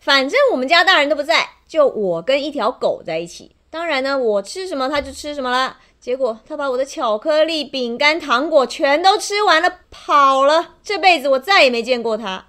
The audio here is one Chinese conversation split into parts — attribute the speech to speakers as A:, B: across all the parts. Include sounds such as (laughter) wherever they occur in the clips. A: 反正我们家大人都不在，就我跟一条狗在一起。当然呢，我吃什么它就吃什么啦。结果它把我的巧克力、饼干、糖果全都吃完了，跑了。这辈子我再也没见过它。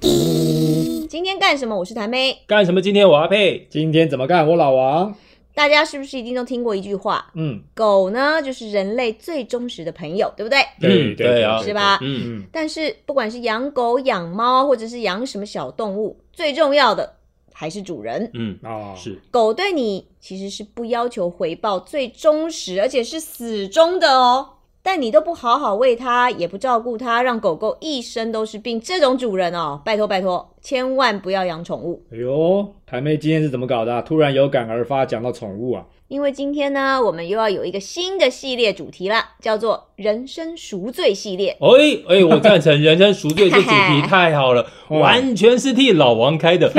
A: 今天干什么？我是谭妹。
B: 干什么？今天我要配，今天怎么干？我老王。
A: 大家是不是一定都听过一句话？
B: 嗯，
A: 狗呢，就是人类最忠实的朋友，对不对？
B: 对
C: 对
B: 对啊
A: 是吧
C: 嗯，
B: 嗯，
A: 但是不管是养狗、养猫，或者是养什么小动物，最重要的还是主人。
C: 嗯，
B: 哦，
C: 是，
A: 狗对你其实是不要求回报，最忠实而且是死忠的哦。但你都不好好喂它，也不照顾它，让狗狗一身都是病，这种主人哦，拜托拜托，千万不要养宠物。
B: 哎呦，台妹今天是怎么搞的啊、突然有感而发，讲到宠物
C: (laughs)
B: 啊，
A: 因为今天呢，我们又要有一个新的系列主题啦，叫做“人生赎罪系列”。
C: 哎哎，我赞成人生赎罪这主题太好了，
B: 嗯
C: 完全是替老王开的，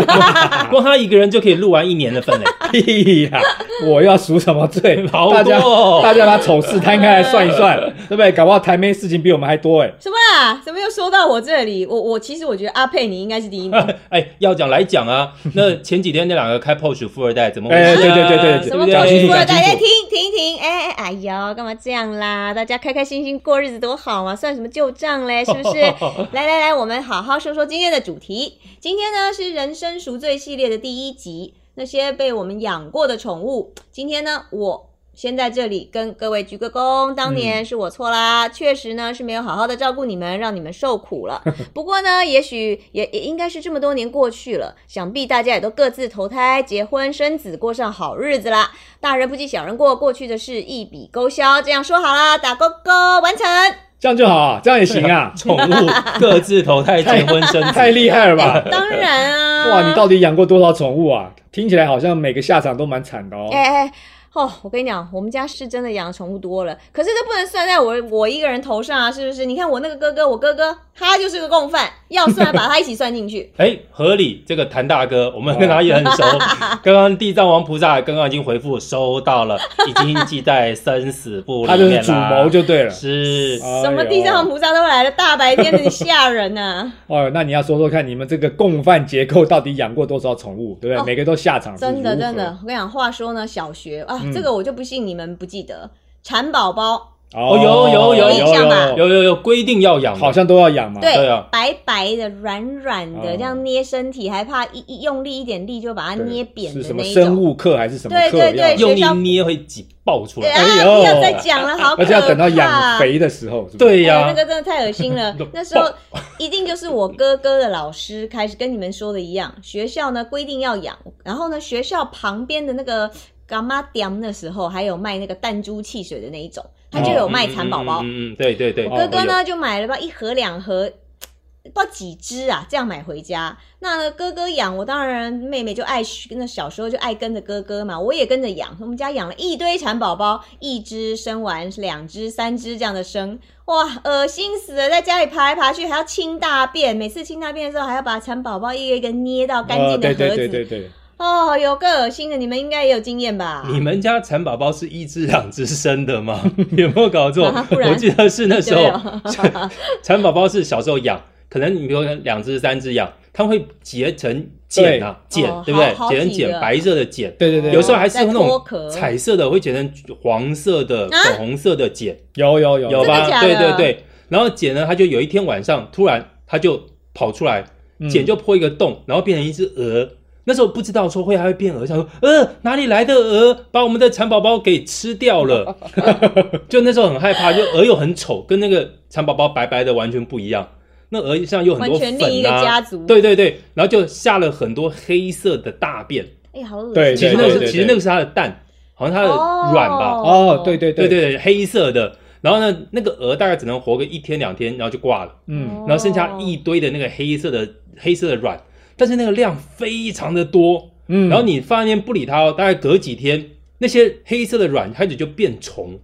C: 光他一个人就可以录完一年的份嘞，
B: 屁呀、我要赎什
C: (laughs)
B: 么罪？
C: 好
B: 大
C: 多
B: 家
C: 哦。
B: 大家把丑事摊开来算一
C: (laughs)
B: 算，对不对？搞不好台妹事情比我们还多哎。
A: 什么啦？怎么又说到我这里？我我其实我觉得阿佩你应该是第一名，
C: 哎，要讲来讲啊，那前几天那两个开 POS 富二代怎么回
B: 哎
C: 事啊？
B: 对对对对
A: 什
C: 不
A: 么
B: 讲清
A: 鬼
B: 楚
A: 富二
B: 讲
A: 代？
B: 清楚
A: 哎，停停停！哎哎哎呦，干嘛这样啦？大家开开心心过日子多好嘛，算什么旧账嘞？是不是？来来来，我们好好说说今天的主题。今天呢是人生赎罪系列的第一集，那些被我们养过的宠物。今天呢，我先在这里跟各位鞠个躬，当年是我错啦，确实呢是没有好好的照顾你们，让你们受苦
B: (laughs)
A: 了。不过呢，也许也也应该是这么多年过去了，想必大家也都各自投胎、结婚、生子，过上好日子啦。大人不计小人过，过去的事一笔勾销，这样说好啦，打勾勾完成。
B: 这样就好啊，这样也行啊，
C: 宠物各自投胎结婚生子，
B: 太厉害了
C: (laughs)
B: 吧！
A: 当然啊，
B: 哇，你到底养过多少宠物啊？听起来好像每个下场都蛮惨的哦。
A: 哎哎。哎哦，我跟你讲，我们家是真的养宠物多了，可是这不能算在我我一个人头上啊，是不是？你看我那个哥哥，我哥哥他就是个共犯，要算把他一起算进去。
C: 哎，合理。这个谭大哥，我们跟他也很熟。刚刚地藏王菩萨刚刚已经回复收到了，已经记在生死簿
B: 他
C: 里
B: 就是
C: 面
B: 主
C: 啦。
B: 谋就对
C: 啊
B: 了。
C: 是
B: (laughs) 哎呦
A: 什么地藏王菩萨都来了，大白天的你吓人啊
B: (laughs)
A: 呐、
B: 哦，那你要说说看，你们这个共犯结构到底养过多少宠物，对不对？
A: 哦
B: 每个都下场是
A: 真的
B: 如何
A: 真的，我跟你讲，话说呢，小学啊，
B: 嗯
A: 这个我就不信你们不记得，蚕宝宝，
B: 哦，
C: 有有有
A: 有印象吧
C: 有有有规定要养的，
B: 好像都要养嘛。
A: 对，
C: 对啊
A: 白白的、软软的，
B: 哦
A: 这样捏身体，还怕一一用力一点力就把它
B: 对
A: 捏扁
B: 是
A: 的
B: 什
A: 那
B: 么
A: 一
B: 生
A: 种。
B: 物课还是什么
A: 对
B: 课
A: 对对
B: 要养
C: 用力捏会挤爆出
A: 对
C: 来。
A: 啊，
B: 哎呦
A: 不要再讲了，好可怕。
B: (laughs) 而且要等到养肥的时候，是不是哦
C: 对
A: 哎
C: 呀、。
A: 那个真的太恶心了
C: (laughs)
A: 那时候一定就是我哥哥的老师开始跟你们说的一样，学校呢规定要养，然后呢学校旁边的那个干妈店的时候，还有卖那个弹珠汽水的那一种，他就有卖蚕宝宝。
C: 哦嗯嗯嗯嗯嗯对对对，
A: 我哥哥
C: 哦？
A: 呢就买了吧一盒两盒。不知道几只啊，这样买回家。那哥哥养我，当然妹妹就爱学，那小时候就爱跟着哥哥嘛，我也跟着养。我们家养了一堆蚕宝宝，一只生完，两只、三只这样的生，哇，恶心死了！在家里爬来爬去，还要清大便，每次清大便的时候还要把蚕宝宝一个一个捏到干
B: 呃
A: 净的
B: 对
A: 盒子。
B: 对对对对，
A: 哦，有个恶心的，你们应该也有经验吧？
C: 有有你们家蚕宝宝是一只两只生的吗？ (laughs) 有没有搞错？
A: (laughs) 啊不然
C: 我记得是那时候
A: 对哦
C: 蚕 (laughs) 宝宝是小时候养，可能你比如说两只三只养，它会结成茧啊，
A: 对
C: 茧
A: 哦
C: 对不对
A: 好？好
C: 结成
A: 几
C: 茧，
A: 个
C: 白色的茧。
B: 对对对，
C: 有时候还是
A: 在
C: 那
A: 脱
C: 种
A: 壳
C: 彩色的，会剪成黄色的、
A: 啊
C: 粉红色的茧，
B: 有有有
A: 真
C: 有
A: 的
C: 吧？
A: 假的
C: 对对对。然后茧呢，它就有一天晚上突然它就跑出来，
A: 嗯
C: 茧嗯就破一个洞，然后变成一只鹅。那时候不知道说会还会变鹅，想说呃哪里来的鹅把我们的蚕宝宝给吃掉
A: (laughs)
C: 了， (laughs) 就那时候很害怕，就鹅又很丑，跟那个蚕宝宝白白的完全不一样。那鹅上有很
A: 完
C: 多粉
A: 全另一个
C: 啊，
A: 家族。，
C: 对对对，然后就下了很多黑色的大便，
A: 哎，好恶心。
B: 对
C: 其实
B: 对
C: 那
B: 对
C: 个是其实那个是它的蛋，好像它的卵吧，
B: 哦，对对
C: 对
B: 对，
C: 对对，黑色的。然后呢，那个鹅大概只能活个一天两天，然后就挂了，
A: 哦
B: 嗯，
C: 然后剩下一堆的那个黑色的黑色的卵，但是那个量非常的多。
B: 嗯，
C: 然后你放在那边不理它哦，大概隔几天，那些黑色的卵开始就变虫，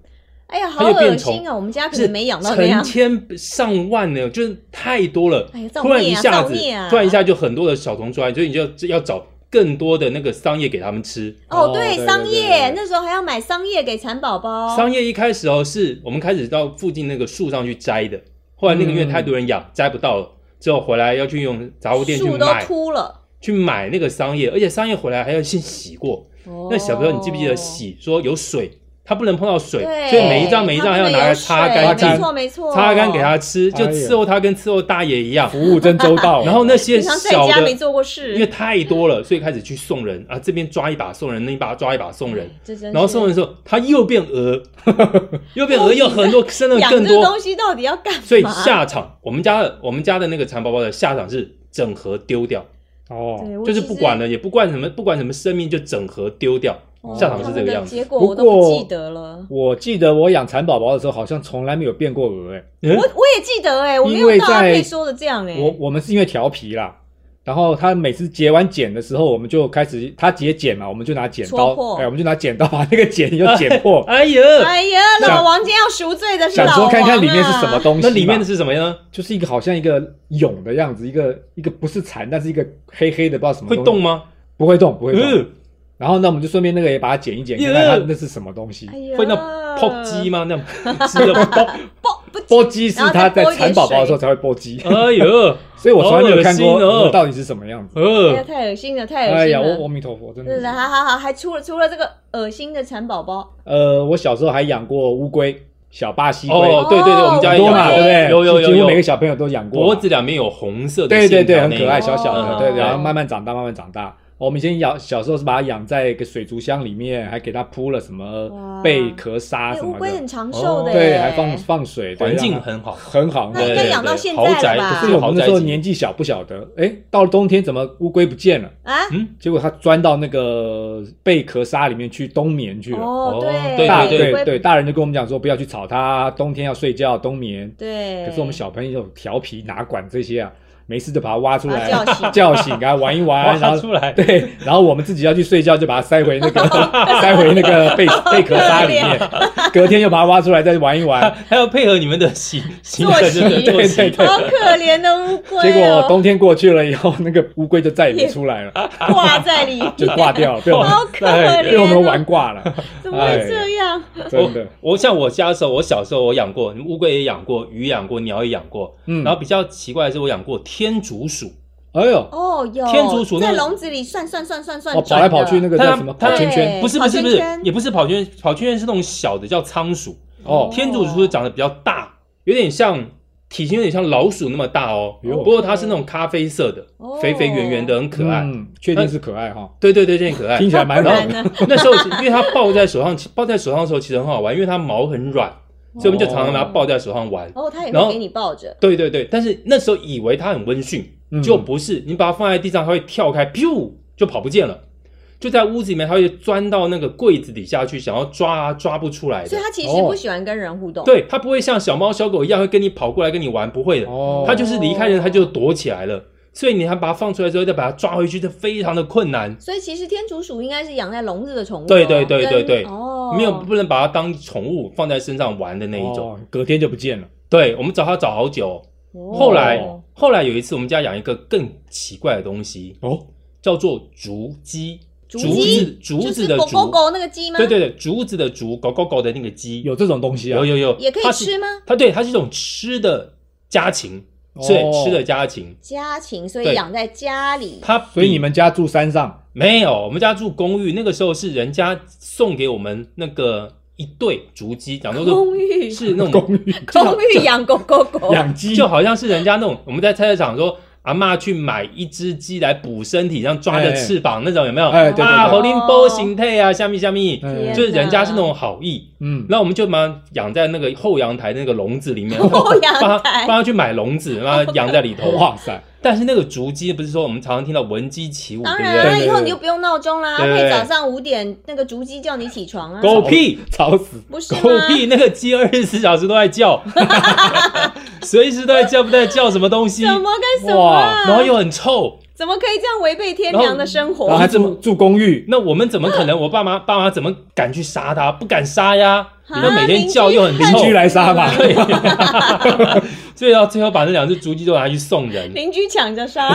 A: 哎呀，好
C: 它就变
A: 恶心
C: 虫
A: 啊！我们家可
C: 是
A: 能没养到那样
C: 成。千上万呢，就是太多了。
A: 哎呀，造
C: 突然
A: 孽
C: 一
A: 啊，
C: 下
A: 造
C: 子
A: 孽啊！
C: 突然一下就很多的小虫出来，所以你就要找更多的那个桑叶给他们吃。
A: 哦，
B: 哦
A: 对，
B: 对
A: 桑
B: 对对
A: 叶
B: 对
A: 那时候还要买桑叶给蚕宝宝。
C: 桑叶一开始哦，是我们开始到附近那个树上去摘的，后来那个因为
B: 嗯
C: 太多人养，摘不到了，之后回来要去用杂货店去
A: 树都
C: 买，
A: 秃了。
C: 去买那个桑叶，而且桑叶回来还要先洗过。
A: 哦
C: 那小朋友你记不记得洗说有水，它不能碰到水，
A: 哦对，
C: 所以每一张每一张还要拿来擦干
A: 没
C: 净，
A: 错没错，
C: 擦干给他吃，就
B: 哎呀
C: 伺候他跟伺候大爷一样。
B: 服务真周
C: (laughs)
B: 到。
C: 然后那些
A: 平常在
C: 小
A: 家
C: 的
A: 没做过
C: 因为
A: 事，
C: 太多了，所以开始去送人啊，这边抓一把送人，那一把抓一把送人。
A: 这真是
C: 然后送人的时候，他又变鹅， (laughs) 又变鹅，又很多，生的
A: 养
C: 更
A: 这
C: 多。
A: 东西到底要干嘛？
C: 所以下场，我们家的我们家的那个蚕宝宝的下场是整盒丢掉，
B: 哦，
A: 对我
C: 就是
A: 其
C: 不
A: 实
C: 管了，也不管什么，不管什么生命，就整盒丢掉。
A: 哦
C: 下场是这个
A: 他们的
C: 样子
A: 结果
B: 不
A: 我都不
B: 过
A: 记得了。
B: 我记得我养蚕宝宝的时候，好像从来没有变过鹅、欸。
C: 嗯
A: 我，我也记得哎、我没
B: 因
A: 有
B: 为
A: 到阿
B: 在
A: 佩说的这样哎、
B: 我我们是因为调皮啦，然后他每次结完茧的时候，我们就开始他结茧嘛，我们就拿剪
A: 戳
B: 刀
A: 破，
B: 哎，我们就拿剪刀把那个茧又剪 (laughs)
A: (laughs)
B: 破，
C: 哎呀，
A: 哎呀，
B: 想
A: 老王今天要赎罪的是
B: 想
A: 老王、啊、
B: 说看看里面是什么东西嘛。
C: 那里面的是什么呢？
B: 就是一个好像一个蛹的样子，一个一个不是蚕，但是一个黑黑的，不知道什么
C: 会
B: 东西
C: 动吗？
B: 不会动，不会动。
C: 嗯，
B: 然后呢，我们就顺便那个也把它剪一剪，
C: 耶
B: 看看它那是什么东西
A: 哎。呀，
C: 会那泡鸡吗？那
B: (laughs)
C: 种吃的泡，
A: 爆不
B: 剥鸡是它在蚕宝宝的时候才会剥鸡，
C: 哎呦，
B: 所以我从来没有看
C: 好恶
B: 过
C: 心哦
B: 那到底是什么样子。
A: 哎呀，
C: 呃，
A: 太恶心了，太恶
B: 哎
A: 心
B: 呀，
A: 了。
B: 我阿弥陀佛，真的
A: 是
B: 是
A: 的，。好好好，还出了除了这个恶心的蚕宝宝，
B: 呃，我小时候还养过乌龟，小巴西龟，
C: 哦，对对对，我们家
B: 很
C: 也
B: 多
C: 有
B: 嘛，对不对？
C: 有有
B: 几
C: 有
B: 乎
C: 有，
B: 每个小朋友都养过嘛。
C: 脖子两边有红色的
B: 对对
C: 线条
B: 对，
C: 那
B: 很
C: 一个，
B: 可爱，小小
A: 哦
B: 的，对，然后
A: 嗯
B: 慢慢长大，慢慢长大。哦我们以前养小时候是把它养在一个水族箱里面，还给它铺了什
A: 哇
B: 么贝壳沙
A: 哎，
B: 啊什
A: 乌
B: 么
A: 龟
B: 的哦
A: 很，长寿的、耶
B: 对，还放放水，对
C: 环境
B: 让它
C: 很好。
B: 很好。
A: 那应
B: 对
A: 该
C: 对
A: 养到
C: 对
A: 现
C: 豪
A: 在了
C: 宅
A: 吧
B: 可
C: 不
B: 是
C: 是
B: 我
C: 豪
B: 们那
C: 宅
B: 时候
C: 级
B: 年纪小不晓得，哎，到了冬天怎么乌龟不见了？
A: 啊。
B: 结果它钻到那个贝壳沙里面去冬眠去了。
A: 哦
C: 哦，
A: 对
B: 大
C: 对
A: 乌龟
B: 对对，大人就跟我们讲说不要去吵它，冬天要睡觉冬眠。
A: 对。
B: 可是我们小朋友调皮，哪管这些啊？没事就把它挖出来，
A: 把它叫醒
B: 叫醒啊，玩一 (laughs) 玩，然
C: 挖
B: 后
C: 出来，
B: 对，然后我们自己要去睡觉，就把它塞回那个塞回那个
A: (laughs)
B: 贝贝壳沙里面，隔天又把它挖出来再玩一玩。
C: 还要配合你们的行行程，
A: 作息
C: 对作
B: (laughs) 对对
C: 息
B: 对
A: 好可怜的乌龟、哦，
B: 结果冬天过去了以后，那个乌龟就再也没出来了，
A: 挂在里面，
B: (laughs) 就挂掉了，被我
A: (laughs)
B: 们 (laughs)
A: 好可怜、哦，
B: 被我们玩挂了，
A: 怎么会这样？
B: 真的。
C: 我我像我家的时候，我小时候我养过乌龟，也养过鱼，养过鸟，也养过。
B: 嗯，
C: 然后比较奇怪的是，我养过天竺鼠，
B: 哎呦，
A: 哦，有
C: 天竺鼠那
A: 在
C: 个
A: 笼子里涮涮涮涮涮
B: 哦，跑
A: 转
B: 来
A: 的，
B: 跑去那个叫什么
C: 它
B: 跑圈圈
A: 对
C: 不是不是不
A: 跑圈
C: 是
A: 圈，
C: 也不是跑圈圈，跑圈圈是那种小的叫仓鼠，
B: 哦，
C: 天竺鼠是长得比较大，有点像体型有点像老鼠那么大哦。
B: 哎呦
C: 不过它是那种咖啡色的，
A: 哦
C: 肥肥圆圆的，很可爱。
B: 嗯，确定是可爱哈，
C: 对对对，这很可爱。
B: 听起来
A: 不
B: 蛮好
A: 然。呢？
C: 那时候是因为它抱在手上，抱在手上的时候其实很好玩，因为它毛很软，所以我们就常常把它抱在手上玩。
A: 哦，它也
C: 然
A: 会
C: 后
A: 给你抱着，
C: 对对对，但是那时候以为它很温驯，
B: 嗯
C: 就不是。你把它放在地上，它会跳开，噗就跑不见了。就在屋子里面，它会钻到那个柜子底下去，想要抓啊抓不出来
A: 所
C: 的
A: 以。它其实
B: 哦
A: 不喜欢跟人互动。，
C: 对，它不会像小猫小狗一样会跟你跑过来跟你玩，不会的。
B: 哦，
C: 它就是离开人，它就躲起来了。所以你还把它放出来之后，再把它抓回去，这非常的困难。
A: 所以其实天竺鼠应该是养在笼子的宠物哦。
C: 对对对对
A: 跟
C: 对
A: 哦，
C: 没有不能把它当宠物放在身上玩的那一种。
B: 哦，隔天就不见了。
C: 对，我们找它找好久哦、
A: 哦。
C: 后来，后来有一次，我们家养一个更奇怪的东西，
B: 哦，
C: 叫做竹鸡，
A: 竹鸡
C: 子竹子的
A: 就是狗狗
C: 竹，
A: 狗那个鸡吗？
C: 对，对对，竹子的竹，狗狗狗的那个鸡，
B: 有这种东西啊？
C: 有有有，
A: 也可以
C: 它是
A: 吃吗？
C: 它对，它是一种吃的家禽，
B: 哦
C: 对，吃的家禽。
A: 家禽，所以
C: 对
A: 养在家里。
C: 它
B: 所以
C: 比
B: 你们家住山上，
C: 没有，我们家住公寓，那个时候是人家送给我们那个一对竹鸡，讲说
A: 公寓
C: 是是那种
B: 公寓
A: (laughs) 公寓养狗狗
C: (laughs)
A: 狗，
B: (laughs) 养鸡，
C: 就好像是人家那种我们在菜市场说阿嬷去买一只鸡来补身体，像抓着翅膀那种，有没有？
B: 哎对对
C: 啊，
B: 对
C: 猴林波形态啊，虾米虾米，
A: 天
B: 嗯
C: 就是人家是那种好意，
B: 嗯，
C: 那我们就把它养在那个后阳台那个笼子里
B: (laughs)
C: 面， (laughs)
A: 后 (laughs) 阳台
C: 帮它帮它去买笼
A: (laughs)
C: 子，让它养在里头。
B: 哇塞，
C: 但是那个竹鸡不是说我们常常听到闻鸡起舞，对
A: 当
C: 不
A: 然啊，
C: 对？
B: 对
A: 以后你就不用闹钟啦，
C: 对对
A: 配
C: 对
A: 早上五点那个竹鸡叫你起床啊，
C: 狗屁！
B: 吵死！
A: 不是吗？
C: 狗屁！那个鸡二十四小时都在
A: (laughs)
C: 叫，随时都在叫，不在叫什么东西，
A: 什么跟什么啊
B: 哇？
C: 然后又很臭，
A: 怎么可以这样违背天良的生
B: 然后
A: 活
B: 还？住住公寓，
C: 那我们怎么可能？我爸妈爸妈怎么敢去杀它？不敢杀呀！
A: 啊
C: 那每天叫又很
A: 邻
B: 邻
C: 臭 (laughs)
B: 居，来杀吧，
C: 对，所以到最后把那两只竹鸡都拿去送人，
A: 邻居抢着杀，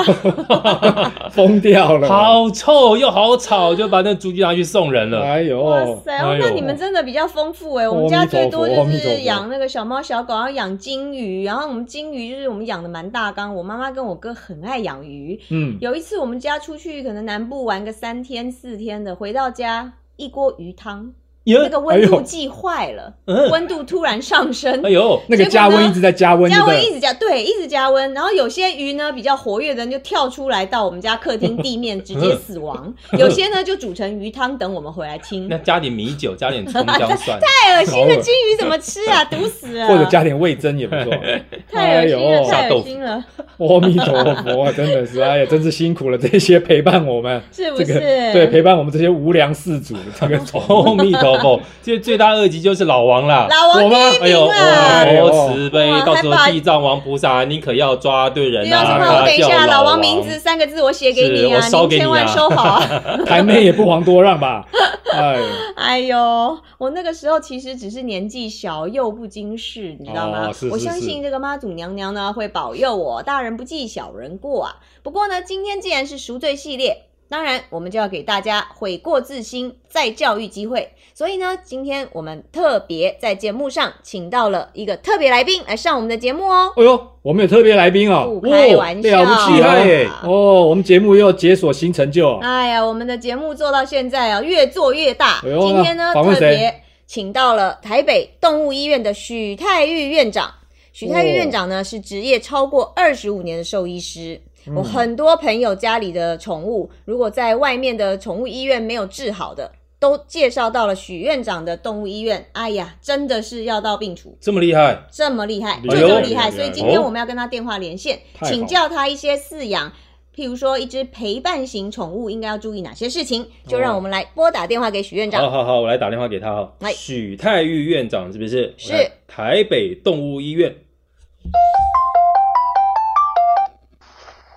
B: 疯掉了。，
C: 好臭又好吵，就把那竹鸡拿去送人了。
B: 哎呦，
A: 哇塞！哦
C: 哎呦
A: 那你们真的比较丰富哎，我们
B: 阿
A: 家
B: 弥
A: 最多
B: 陀佛
A: 就
B: 阿弥陀
A: 是
B: 佛
A: 养那个小猫小狗，然后养金鱼，然后我们金鱼就是我们养的蛮大缸。我妈妈跟我哥很爱养鱼，
B: 嗯，
A: 有一次我们家出去可能南部玩个三天四天的，回到家一锅鱼汤，
C: 耶
A: 那个温
B: 哎
A: 度
B: 呦
A: 计坏了，
C: 嗯，
A: 温度突然上升
C: 哎。呦，
B: 那个
A: 结果
B: 加温
A: 呢
B: 一直在加温，
A: 加温一
B: 对
A: 直加，对，一直加温。然后有些鱼呢比较活跃的人就跳出来到我们家客厅地面直接死
B: (laughs)
A: 亡，有些呢就煮成鱼汤等我们回来清。
C: (laughs) 那加点米酒，加点葱姜
A: (laughs)
C: 蒜，
A: 太恶心了，金鱼怎么吃啊？毒死
B: 不
A: 啊！
B: 对， (laughs) 或者加点味噌也不
A: (laughs)
B: 错。
A: 太恶心了，
B: 哎
A: 太
C: 呦
A: 恶心了，
B: 呦，阿弥陀佛啊，真的是，哎呀，真是辛苦了这些陪伴我们，
A: 是不
B: 这
A: 是？
B: 个对陪伴我们这些无良事主，这
A: (laughs)
B: 个
C: 阿弥陀佛，这最大恶极就是老王啦。
A: 老王
B: 我吗
A: 第一
C: 哎
A: 名
C: 呦，
A: 啊！
B: 哎
C: 哦，慈悲
A: 哇，
C: 到时
A: 还把
C: 候地藏王菩萨，你可要抓对人
A: 你要
C: 啊！
A: 什
C: 不
A: 么？我
C: 要
A: 等一
C: 叫
B: 哎
A: 下，老
C: 王
A: 王名字三个字我写给
C: 是
A: 你
C: 我
A: 啊，
C: 烧
A: 您
C: 给你啊
A: 千万收好啊！
B: 台妹也不遑多让吧？哎，
A: (laughs) 哎呦，我那个时候其实只是年纪小，又不经事，你知道吗？
B: 哦是是
A: 我相信这个妈祖娘娘呢会保佑我，大人不计小人过啊。不过呢，今天既然是赎罪系列，当然我们就要给大家悔过自新、再教育机会。所以呢，今天我们特别在节目上请到了一个特别来宾来上我们的节目哦。
B: 哎呦，我们有特别来宾哦
A: 不，开玩笑，
B: 了不起
C: 厉害
B: 哦！
C: 耶
B: 哦，我们节目又解锁新成就，
A: 哎呀，我们的节目做到现在啊，越做越大。
B: 哎呦
A: 今天呢，
B: 那访问
A: 特
B: 谁
A: 别请到了台北动物医院的许泰玉院长。许泰玉
B: 哦
A: 院长呢、是职业超过二十五年的兽医师。我
B: 嗯
A: 很多朋友家里的宠物，如果在外面的宠物医院没有治好的，都介绍到了许院长的动物医院。哎呀，真的是药到病除。
C: 这么厉害，
A: 这么厉害，
B: 厉
A: 就
C: 害
A: 这么
C: 哎呦
A: 厉害，
B: 厉害
A: 所以今天
C: 哦
A: 我们要跟他电话连线，
B: 太好
A: 请教他一些饲养，譬如说一只陪伴型宠物应该要注意哪些事情，就让我们来拨打电话给许院
C: 好
A: 长。
C: 好好，我来打电话给他哈
A: 来。
C: 许泰玉院长是不是？
A: 是
C: 我看台北动物医院。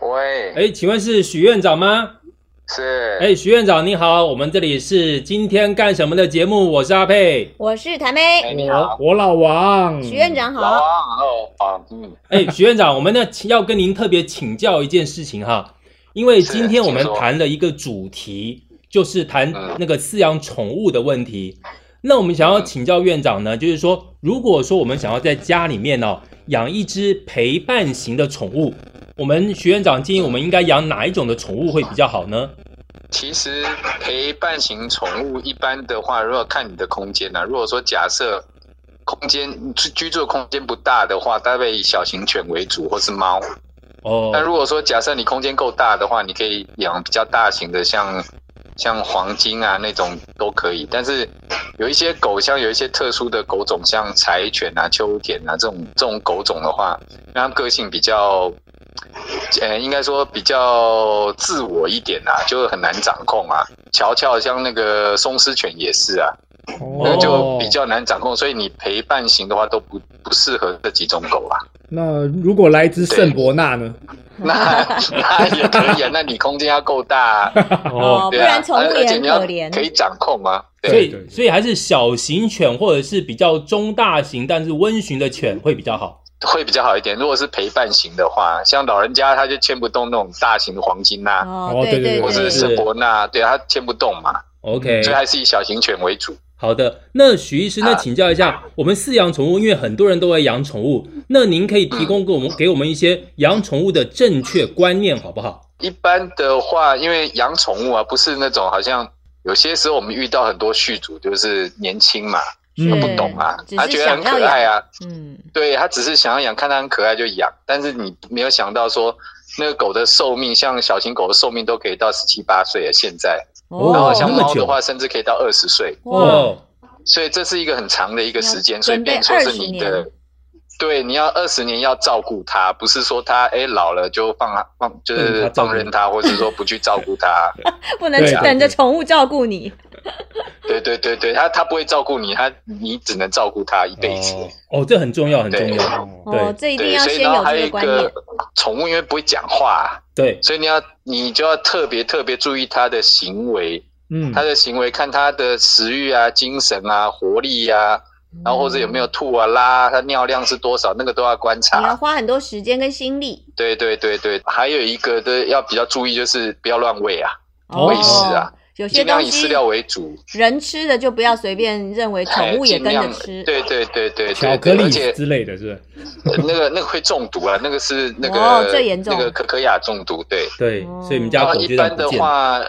D: 喂，
C: 哎，请问是许院长吗？
D: 是，
C: 哎，许院长你好，我们这里是今天干什么的节目？我是阿佩。
A: 我是谭
D: 哎，
A: 妹，
D: 你好，
B: 我老王，
A: 许院长
D: 老
A: 好。
D: 王，哦，哦，嗯，
C: 哎，许院长，我们呢要跟您特别请教一件事情哈，因为
D: 是
C: 今天我们
D: 请说
C: 谈了一个主题，就是谈
D: 嗯
C: 那个饲养宠物的问题。那我们想要
D: 嗯
C: 请教院长呢，就是说，如果说我们想要在家里面哦养一只陪伴型的宠物，我们许院长建议我们应该养哪一种的宠物会比较好呢？
D: 其实陪伴型宠物一般的话，如果看你的空间呐、如果说假设空间居居住空间不大的话，大概以小型犬为主，或是猫。
C: 哦，
D: 那如果说假设你空间够大的话，你可以养比较大型的，像像黄金啊那种都可以。但是有一些狗，像有一些特殊的狗种，像柴犬啊、秋田啊这种这种狗种的话，让它个性比较，呃，应该说比较自我一点啊，就很难掌控啊。乔乔像那个松狮犬也是啊，那就比较难掌控，所以你陪伴型的话都不不适合这几种狗啊。
B: 那如果来只圣伯纳呢？
A: (laughs)
D: 那那也可以啊，那你空间要够大、啊，
A: 哦，不
D: 对啊
A: 然宠物
D: 而
A: 也
D: 而且
A: 很
D: 你要
A: 可怜
D: 可。以掌控啊。
C: 所
D: 对，
B: 对对
C: 以所以还是小型犬或者是比较中大型但是温驯的犬会比较好。
D: 会比较好一点。如果是陪伴型的话，像老人家他就牵不动那种大型的黄金呐、
A: 哦
B: 哦，
A: 对
B: 对对
D: 或是
A: 对，
D: 圣伯纳，对他牵不动嘛，
C: OK，
D: 所以还是以小型犬为主。
C: 好的。那许医师，那
D: 啊
C: 请教一下，我们饲养宠物，因为很多人都会养宠物，那您可以提供给我们给我们一些养宠物的正确观念，好不好？
D: 一般的话，因为养宠物啊，不是那种好像有些时候我们遇到很多续主，就是年轻嘛，
A: 是
B: 他
D: 不懂啊
A: 嗯只，
D: 他
A: 是
D: 觉得
A: 想
D: 很
A: 要
D: 可爱
A: 养，
D: 啊，
A: 嗯，
D: 对他只是想要养，看它很可爱就养，但是你没有想到说那个狗的寿命，像小型狗的寿命都可以到十七八岁了，现在，
C: 哦
D: 然后像
C: 那么哦
D: 猫
C: 久
D: 的话，甚至可以到二十岁，
A: 哇，，
D: 所以这是一个很长的一个时
A: 要
D: 间，所以
A: 准备
D: 变成说是
A: 20
D: 你
A: 年
D: 的。对，你要二十年要照顾它，不是说它哎老了就放它放，就
C: 嗯它
D: 是
C: 照顾
D: 放任它，或者说不去照
C: (laughs)
D: 顾它。
A: 不能
B: 对对
A: 等着宠物照顾你。
D: 对对对对，它它不会照顾你，它
A: 嗯
D: 你只能照顾它一辈子。
C: 哦，这很重要，很重
D: 对
C: 要。对
A: 哦，这一定
D: 对，
A: 要
D: 所以
A: 先
D: 然后
A: 有
D: 还
A: 这个
D: 有一
A: 观念
D: 个。宠物，因为不会讲话，
C: 对，
B: 哦
D: 所以你要你就要特别特别注意它的行为，
B: 嗯，
D: 它的行为看它的食欲啊、精神啊、活力啊，然后或者有没有吐啊、拉啊，它尿量是多少，那个都要观
A: 嗯你要
D: 察。
A: 花很多时间跟心力
D: 对对对对，还有一个的要比较注意就是不要乱喂啊，
B: 哦喂
D: 食啊，
A: 有些
D: 尽
A: 东
D: 量以饲
A: 西
D: 料为主，
A: 人吃的就不要随便认为
D: 哎
A: 宠物也
D: 尽
A: 跟着
D: 量
A: 吃，
D: 对对对对，
B: 巧
D: 对
B: 克
D: 对
B: 力
D: 而且
B: 之类的，是不是？
D: 呃那个那个会中毒啊，那个是那个、
A: 哦最严重
D: 那个可可亚中毒，对。
C: 对，
A: 哦
C: 所以你们
D: 然
C: 家
D: 后
C: 狗就这
D: 哦一
C: 样
D: 般
C: 不
D: 的
C: 见了。 (laughs)
D: 话，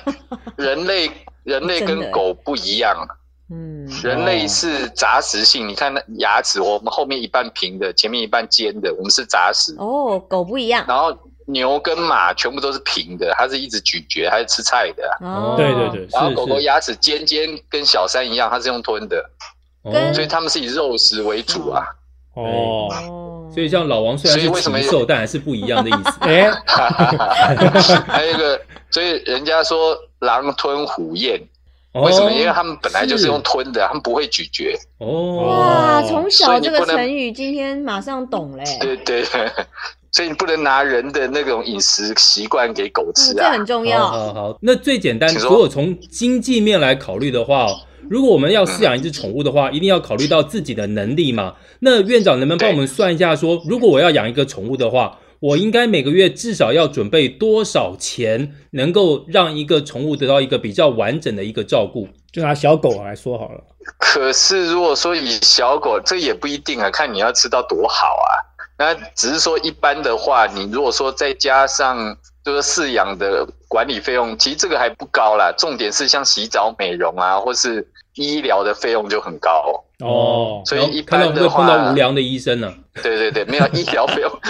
D: 人类人类
A: 真的
D: 跟狗不一样，
A: 嗯，
D: 人类是杂食性。你看那牙齿，我们后面一半平的，前面一半尖的，我们是杂食。
A: 哦，狗不一样，
D: 然后牛跟马全部都是平的，它是一直咀嚼，它是吃菜的啊。
A: 哦，
B: 对对对，
D: 然后狗狗
B: 是
D: 牙齿尖尖，跟小三一样，它是用吞的，
A: 跟
D: 所以
C: 是，
D: 它们是以肉食为主啊。
B: 哦哦，
A: 哦，
C: 所以像老王虽然是
D: 所以为什么
C: 禽兽，但还是不一样的意思。
B: 哎，
D: 还有一个，所以人家说狼吞虎咽， (laughs) 为什么？
C: 哦
D: 因为他们本来就是
C: 是
D: 用吞的，他们不会咀嚼。
C: 哦，
A: 哇，
B: 哦
A: 从
D: 所
A: 小
D: 以你
A: 这个
D: 不能
A: 成语今天马上懂嘞，
D: 对对， (laughs) 所以你不能拿人的那种饮食习惯给狗
A: 嗯
D: 吃
A: 这
D: 啊。
A: 很重
C: 好
A: 要，
C: 好好，那最简单，
D: 请说
C: 如果从经济面来考虑的话、哦，如果我们要饲养一只宠物的话，一定要考虑到自己的能力嘛。那院长能不能帮我们算一下
D: 嗯
C: 说，如果我要养一个宠物的话，我应该每个月至少要准备多少钱，能够让一个宠物得到一个比较完整的一个照顾？
B: 就拿小狗来说好了，
D: 可是如果说以小狗，这也不一定啊，看你要吃到多好啊。那只是说一般的话，你如果说再加上就是饲养的管理费用，其实这个还不高啦。重点是像洗澡、美容啊，或是医疗的费用就很高哦、
B: 哦，
D: 所以
C: 然后
D: 一
C: 看到
D: 般
C: 会
D: 的
C: 不会碰
D: 话
C: 到无良的医生呢、
D: 对对对，没有医疗费用，
A: (laughs)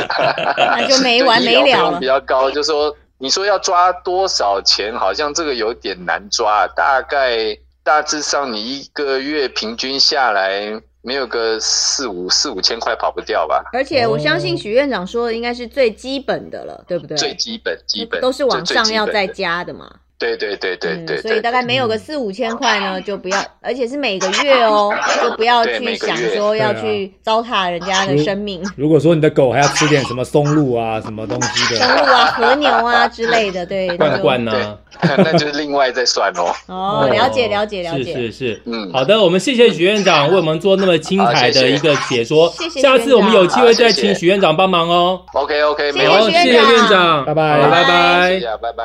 A: 那就没
D: 对
A: 完
D: 医
A: 没
D: 疗费
A: 了
D: 用
A: 了
D: 比。较高，就说你说要抓多少钱，好像这个有点难抓，大概大致上你一个月平均下来没有个四五四五千块跑不掉吧，
A: 而且我相信
C: 哦
A: 许院长说的应该是最基本的了，对不对？
D: 最基本基本
A: 都是往上要再
D: 在
A: 加的嘛。
D: 对对对对
A: 嗯
D: 对
A: 所以
D: 对
A: 大概没有个四五千块呢，就不要，而且是每个月哦，就不要
D: 对
A: 去
D: 每个
A: 想
D: 月
A: 说要
B: 对啊
A: 去糟蹋人家的
B: 嗯
A: 生命、
B: 如果说你的狗还要吃点什么松露啊、什么东西
A: 生
B: 的，
A: 物啊、和牛啊之类的，对，那
C: 罐
A: 就
C: 罐呢？
D: (laughs) 那就是另外再算哦。
A: 哦，了解了解了
C: 是
A: 解，
C: 是是。
D: 嗯，
C: 好的，我们谢谢许院长为我们做那么精彩的一个解说。
A: 谢谢
C: 下次我们有机会再
D: 好谢
C: 请
D: 谢
C: 许院长帮忙哦。
D: ，OK OK，没
A: 谢
C: 好，
D: 问
A: 许
C: 谢
D: 题，
A: 院
C: 谢
A: 长
C: 院长，
B: 拜拜
C: 好拜
D: 谢
C: 拜
D: 谢。啊，拜拜。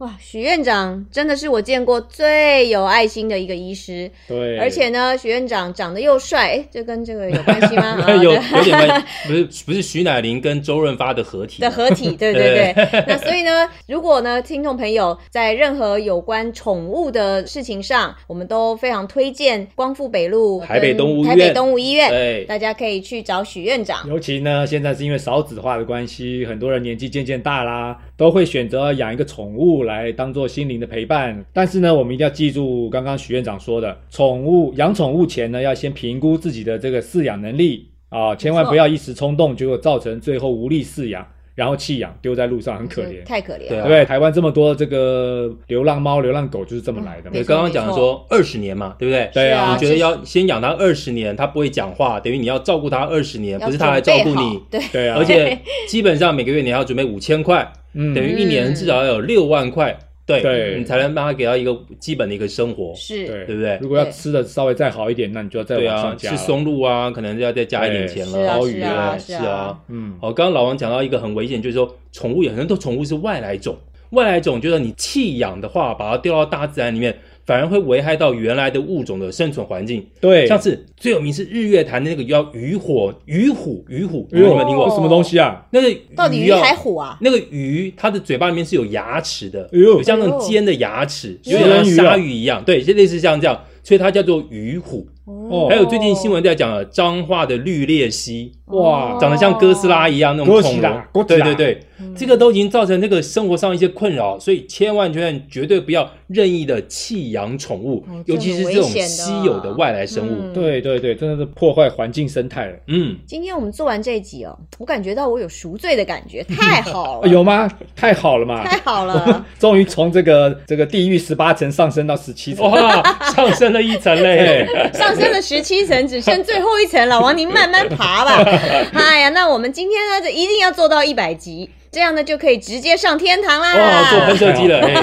A: 哇，许院长真的是我见过最有爱心的一个医师，
B: 对，
A: 而且呢，许院长长得又帅，哎，这跟这个有关系
C: (laughs)
A: 吗？啊
C: 有
A: 对
C: 哎有点关，不是不是徐乃麟跟周润发的合体
A: (laughs) 的
C: 吗，
A: 合体，对对对。 (laughs) 那所以呢，如果呢，听众朋友在任何有关宠物的事情上，我们都非常推荐光复北路
C: 台北
A: 跟
C: 动物医
A: 台北
C: 院
A: 动物医院，
C: 对，
A: 大家可以去找许院长。
B: 尤其呢，现在是因为少子化的关系，很多人年纪渐渐大啦，都会选择养一个宠物来当做心灵的陪伴。但是呢，我们一定要记住刚刚许院长说的，宠物养宠物前呢，要先评估自己的这个饲养能力啊，千万不要一时冲动，结果造成最后无力饲养，然后弃养丢在路上，很可
A: 就
B: 怜。
A: 太可怜
C: 对
A: 了。
C: 啊
B: 对，台湾这么多这个流浪猫、流浪狗就是这么来的嘛
A: 没
C: 对，
A: 错。
C: 刚刚讲说二十年嘛，对不对？
B: 对啊
A: 是
C: 你觉
A: 其
C: 得
A: 实
C: 要先养它二十年，它不会讲话，等于你要照顾它二十年，
A: 要
C: 不是它来照顾
A: 准备好
C: 你，
A: 对，
B: 对啊，
A: (laughs)
C: 而且基本上每个月你还要准备五千块，
B: 嗯，
C: 等于一年至少要有六万块，对
B: 对
C: 你才能帮他给到一个基本的一个生活。
A: 是
B: 对
C: 对不对
B: 如果要吃的稍微再好一点，那你就要再
C: 对
B: 往
C: 啊，
B: 上加
C: 吃
B: 了。
C: 松露啊，可能就要再加一点钱
A: 是
C: 了。
A: 啊
C: 鲍
A: 是
C: 鱼
A: 啊是
C: 是
A: 啊
C: 啊。
B: 嗯，
C: 哦，刚刚老王讲到一个很危险，就是说宠物有很多宠物是外来种，外来种就是你弃养的话，把它丢到大自然里面，反而会危害到原来的物种的生存环境。
B: 对，
C: 像是最有名是日月潭的那个叫鱼火鱼虎鱼虎，你
B: 哎呦
C: 们有没有听
A: 哦
C: 过？
B: 什么东西啊？
C: 那个
A: 到底鱼
C: 啊
A: 还虎啊？
C: 那个鱼，它的嘴巴里面是有牙齿的，
B: 哎呦
C: 有像那种尖的牙齿，
B: 哎
C: 有
B: 呦
C: 点像
B: 食人鱼啊
C: 鲨鱼一样，对，就类似像这样，所以它叫做鱼虎。
A: 哦
C: 还有最近新闻在讲了彰化的绿鬣蜥，
B: 哇
C: 长得像哥斯拉一样那
B: 哥
C: 种
B: 斯
C: 恐
B: 拉
C: 龙，
B: 哥斯
C: 对
B: 拉
C: 对
B: 嗯
C: 对，这个都已经造成这个生活上一些困扰，所以千万千万绝对不要任意的弃养宠物
A: 哦，
C: 尤其是这
A: 这
C: 种
A: 很危险的
B: 啊
C: 稀有的外来生物。
A: 嗯
B: 对对对，真的是破坏环境生态了。
C: 嗯， (laughs)
A: 今天我们做完这一集哦，我感觉到我有赎罪的感觉，太好了，
C: 哎
B: 有吗？太好了嘛！
A: 哦太好了，
B: 终于从这个这个地狱十八层上升到十七层，
C: 哇，上升了一层嘞！
B: (laughs) 哎，
A: 上升了的十七层只剩最后一层，老王您慢慢爬吧。哎呀，那我们今天呢，这一定要做到一百集，这样呢就可以直接上天堂
C: 哇，做
A: 啦
C: 喷。射机了，哎，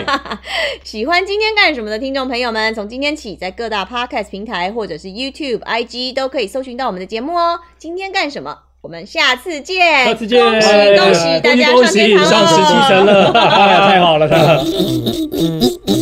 A: 喜欢今天干什么的听众朋友们，从今天起，在各大 podcast 平台或者是 YouTube、IG 都可以搜寻到我们的节目哦。今天干什么？我们下次见！
C: 下次见
A: 恭喜
C: 哎
A: 恭喜大家
C: 恭
A: 上
C: 喜
A: 天堂哦
C: 上
A: 了
C: 17层了
B: (laughs) 哎呀太好了，太好了。
A: 嗯嗯嗯